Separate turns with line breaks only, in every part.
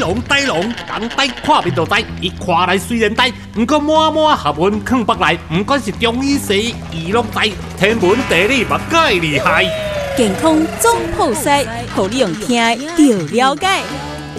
龙呆龙，讲呆看面就呆，伊看来虽然呆，毋过满满学问藏北内，毋管是中医西医，伊拢知，天文地理嘛介厉害。
健康总铺塞，互你用听的就了解。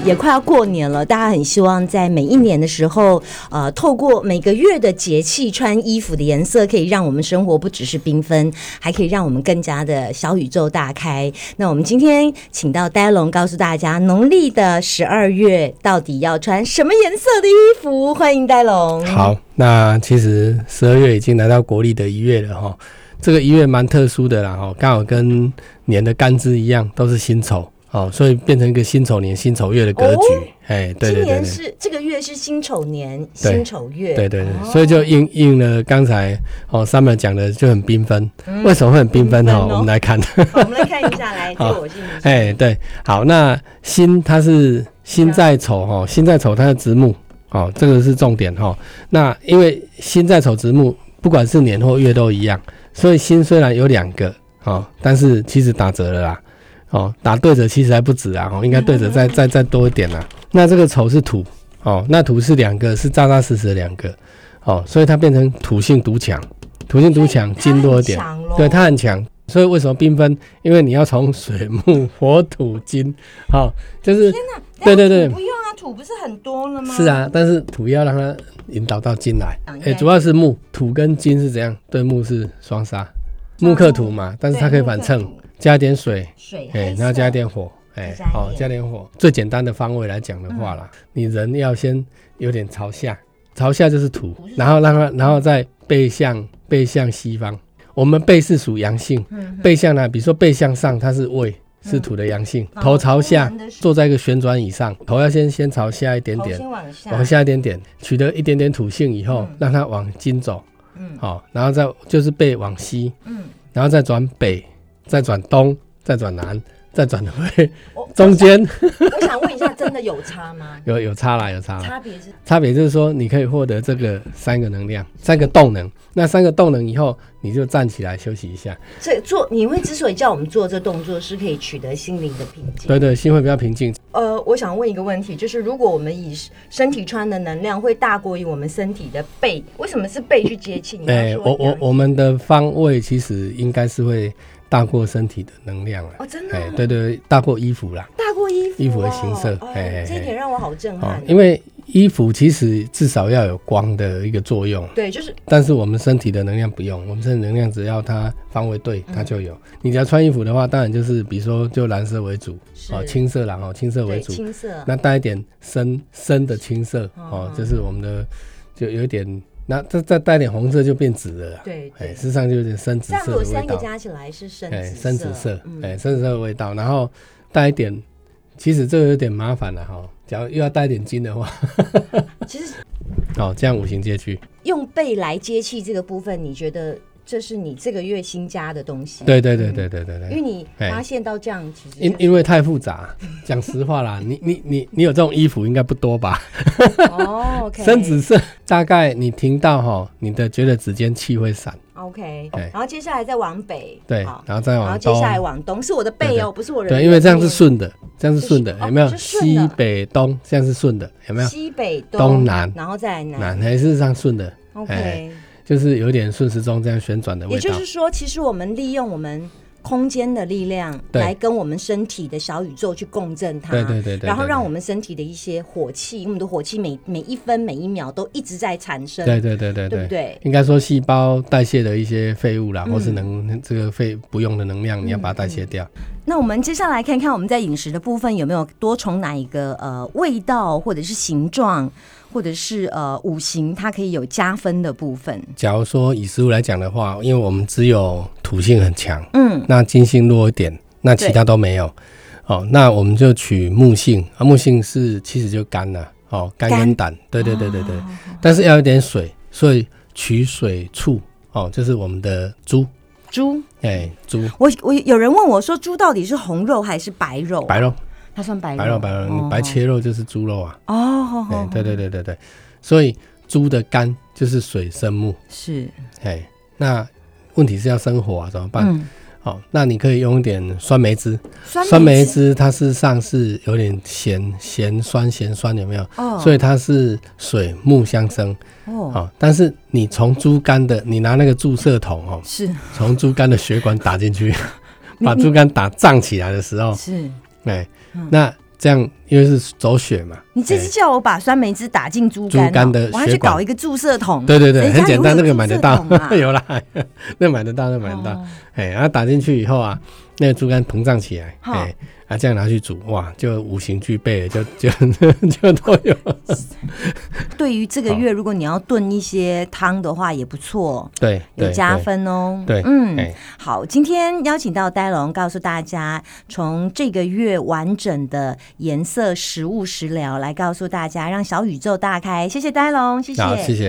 也快要过年了，大家很希望在每一年的时候，呃，透过每个月的节气穿衣服的颜色，可以让我们生活不只是缤纷，还可以让我们更加的小宇宙大开。那我们今天请到呆龙告诉大家，农历的十二月到底要穿什么颜色的衣服？欢迎呆龙。
好，那其实十二月已经来到国历的一月了哈，这个一月蛮特殊的啦哈，刚好跟年的干支一样，都是辛丑哦，所以变成一个辛丑年、辛丑月的格局
哦。
哎、对对
今
对
年
对。
是这个月是辛丑年，
对
辛丑月。
对对对，所以就应应了刚才哦，Summer 讲的就很缤纷。为什么会很缤
嗯缤纷
纷哈？
哦
我们来看，
好，我们来看一下， 来自
好
我进行。
哎，对，好，那辛它是辛在丑哈，辛在丑它的子木哦，这个是重点哈、那因为辛在丑子木，不管是年或月都一样，所以辛虽然有两个哦，但是其实打折了啦，哦，打对折其实还不止啊，哦，应该对折再再再多一点啦。那这个丑是土哦，那土是两个，是扎扎实实的两个哦，所以它变成土性独强，土性独强，金多一点。
它很强咯
对，它很强。所以为什么缤纷？因为你要从水木火土金，好、就是对对对
不用啊，土不是很多了吗？
是，啊，但是土要让它引导到金来。
啊
哎、
应该
主要是木，土跟金是怎样？对，木是双杀，木克土嘛，但是它可以反
木
衬
克土，
加点水，
水
哎、
黑色
然后加点火，哎、
再加一
好、
点嗯
加点火。最简单的方位来讲的话啦，你人要先有点朝下，朝下就是土，然后让它，然后再背向背向西方。我们背是属阳性，
嗯
背向呢，比如说背向上，它是胃。是土的阳性，
哦
头朝下
自然的，是
坐在一个旋转椅上，头要先先朝下一点
头
点，
先往下，
往下一点点，取得一点点土性以后，让它往金走，
嗯
好、然后再就是背往西，
嗯，
然后再转北，再转东，再转南，再转回，
我
中间
我想问一下，真的有差
？
吗
有有差啦，有差啦。
差别是
差别就是说，你可以获得这个三个能量，三个动能。那三个动能以后，你就站起来休息一下。
这做你会之所以叫我们做这动作，是可以取得心灵的平静。
对对，心会比较平静。
呃，我想问一个问题，就是如果我们以身体穿的能量会大过于我们身体的背，为什么是背去接气？你刚刚
哎、
说
我我
阳
我们的方位其实应该是会大过身体的能量啊。
哦，真的
哎、
啊
对对，大过衣服啦。
大过衣服哦
衣服的形色
哦
嘿嘿嘿
这一点让我好震
哦
撼，。
因为衣服其实至少要有光的一个作用，
对，就是
但是我们身体的能量不用，我们身体能量只要它方位对，它就
嗯
有。你只要穿衣服的话，当然就是比如说就蓝色为主，哦，
是
青色啦，哦，青色为
对
主，
青色，
那带一点深深的青色，哦，就是我们的就有一点，那再再带点红色就变紫了啦，
对对
哎，事实上就有点深紫
这样如
色
果
的味
三个
道，
加起来是深
哎，
紫
深紫色，
嗯
哎，深紫色的味道，然后带一点，其实这个有点麻烦了哈，假如又要带一点金的话。
其实
哦，这样五行皆具。
用背来接气这个部分，你觉得这是你这个月新加的东西？，
对对对对对对
因为
对。
你
哎
发现到这样，其实
因
就是
因为太复杂，讲实话啦，你你你你有这种衣服应该不多吧？
哦，OK，
深紫色，大概你听到哈，你的觉得指尖气会散，
OK，
哎
然后接下来再往北，
对
好，
然后再
然后
往
接下来
东，
往东是我的背
对
哦，
对
不是我人的
对，因为这样是
面
顺的，这样是顺的
是，哦
有没有？
是顺的
西北东这样是顺的，有没有？
西北东
东南
然后再来南
南还是上顺的，哎
OK，
就是有点顺时钟这样旋转的味
也就
道
是。说，其实我们利用我们。空间的力量
对
来跟我们身体的小宇宙去共振它，
对对对对
然后
对对
让我们身体的一些火气，因为我们的火气每每一分每一秒都一直在产生，
对对对对
对不嗯对
应该说细胞代谢的一些废物啦，或是能这个废不用的能
嗯
量，你要把它代谢掉。
那我们接下来看看我们在饮食的部分有没有多重哪一个呃味道，或者是形状，或者是呃五行，它可以有加分的部分。
假如说以食物来讲的话，因为我们只有土性很强，
嗯，
那金性弱一点，那其他都没有。哦，那我们就取木性啊，木性是其实就肝了、哦，肝啊
肝
跟胆，对对对对对，但是要有点水，所以取水醋哦，就是我们的猪，
猪，
哎，猪
我我有人问我说，猪到底是红肉还是白肉？
白，肉，
它算白肉，
白肉，哦白肉，你白切肉就是猪肉啊，
哦，好
哎
好，
对对对对对，所以猪的肝就是水生木，
是，
哎，那问题是要生火啊，怎么办？
嗯，
哦，那你可以用一点酸梅汁，
酸
酸梅
梅汁
汁它事实上是有点咸咸酸咸酸，有没有？
哦
所以它是水木相生
哦，
哦。但是你从猪肝的，你拿那个注射筒哦，
是
从猪肝的血管打 进去，把猪肝打胀起来的时候，
是，
哎，那这样因为是走血嘛，
嗯你这
哎
是叫我把酸梅汁打进猪
猪
肝哦，
肝的
我还
血
去搞
管
一个注射筒，
对对
谁
对，
嗯家
很
里
简
会
单，
有
那个
注
买得
射
到
筒啊，
有啦，那买得到，那买得到
哦。
哎，然后打进去以后啊，那个猪肝膨胀起来，
好
哎，啊这样拿去煮，哇，就五行俱备了，就就 就都有。
对于这个月，如果你要炖一些汤的话，也不错，
对，
有
对
加。分哦。
对，对
嗯，
哎
好，今天邀请到呆龙，告诉大家从这个月完整的颜色食物食疗来告诉大家，让小宇宙大开。谢谢呆龙，谢谢，
好，谢谢。